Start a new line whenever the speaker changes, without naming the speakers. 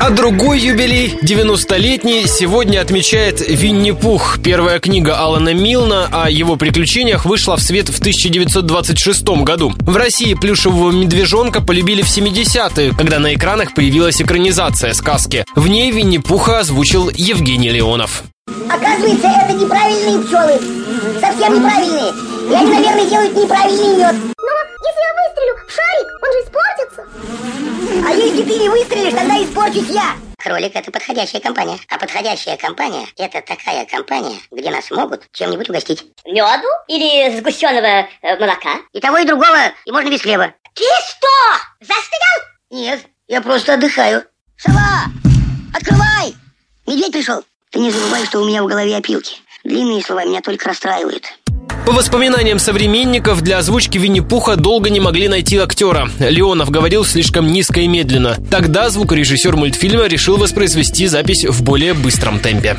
А другой юбилей, 90-летний, сегодня отмечает Винни-Пух. Первая книга Алана Милна о его приключениях вышла в свет в 1926 году. В России плюшевого медвежонка полюбили в 70-е, когда на экранах появилась экранизация сказки. В ней Винни-Пуха озвучил Евгений Леонов.
Оказывается, это неправильные пчелы. Совсем неправильные. И они, наверное, делают неправильный мед.
Но Ну если я выстрелю в шарик, он же испортится.
А если ты не выстрелишь, тогда испорчусь я.
Кролик – это подходящая компания. А подходящая компания – это такая компания, где нас могут чем-нибудь угостить.
Меду или сгущенного э, молока?
И того, и другого, и можно без хлеба.
Ты что, застрял?
Нет, я просто отдыхаю.
Сова, открывай!
Медведь пришел. Ты не забывай, что у меня в голове опилки. Длинные слова меня только расстраивают.
По воспоминаниям современников, для озвучки Винни-Пуха долго не могли найти актера. Леонов говорил слишком низко и медленно. Тогда звукорежиссер мультфильма решил воспроизвести запись в более быстром темпе.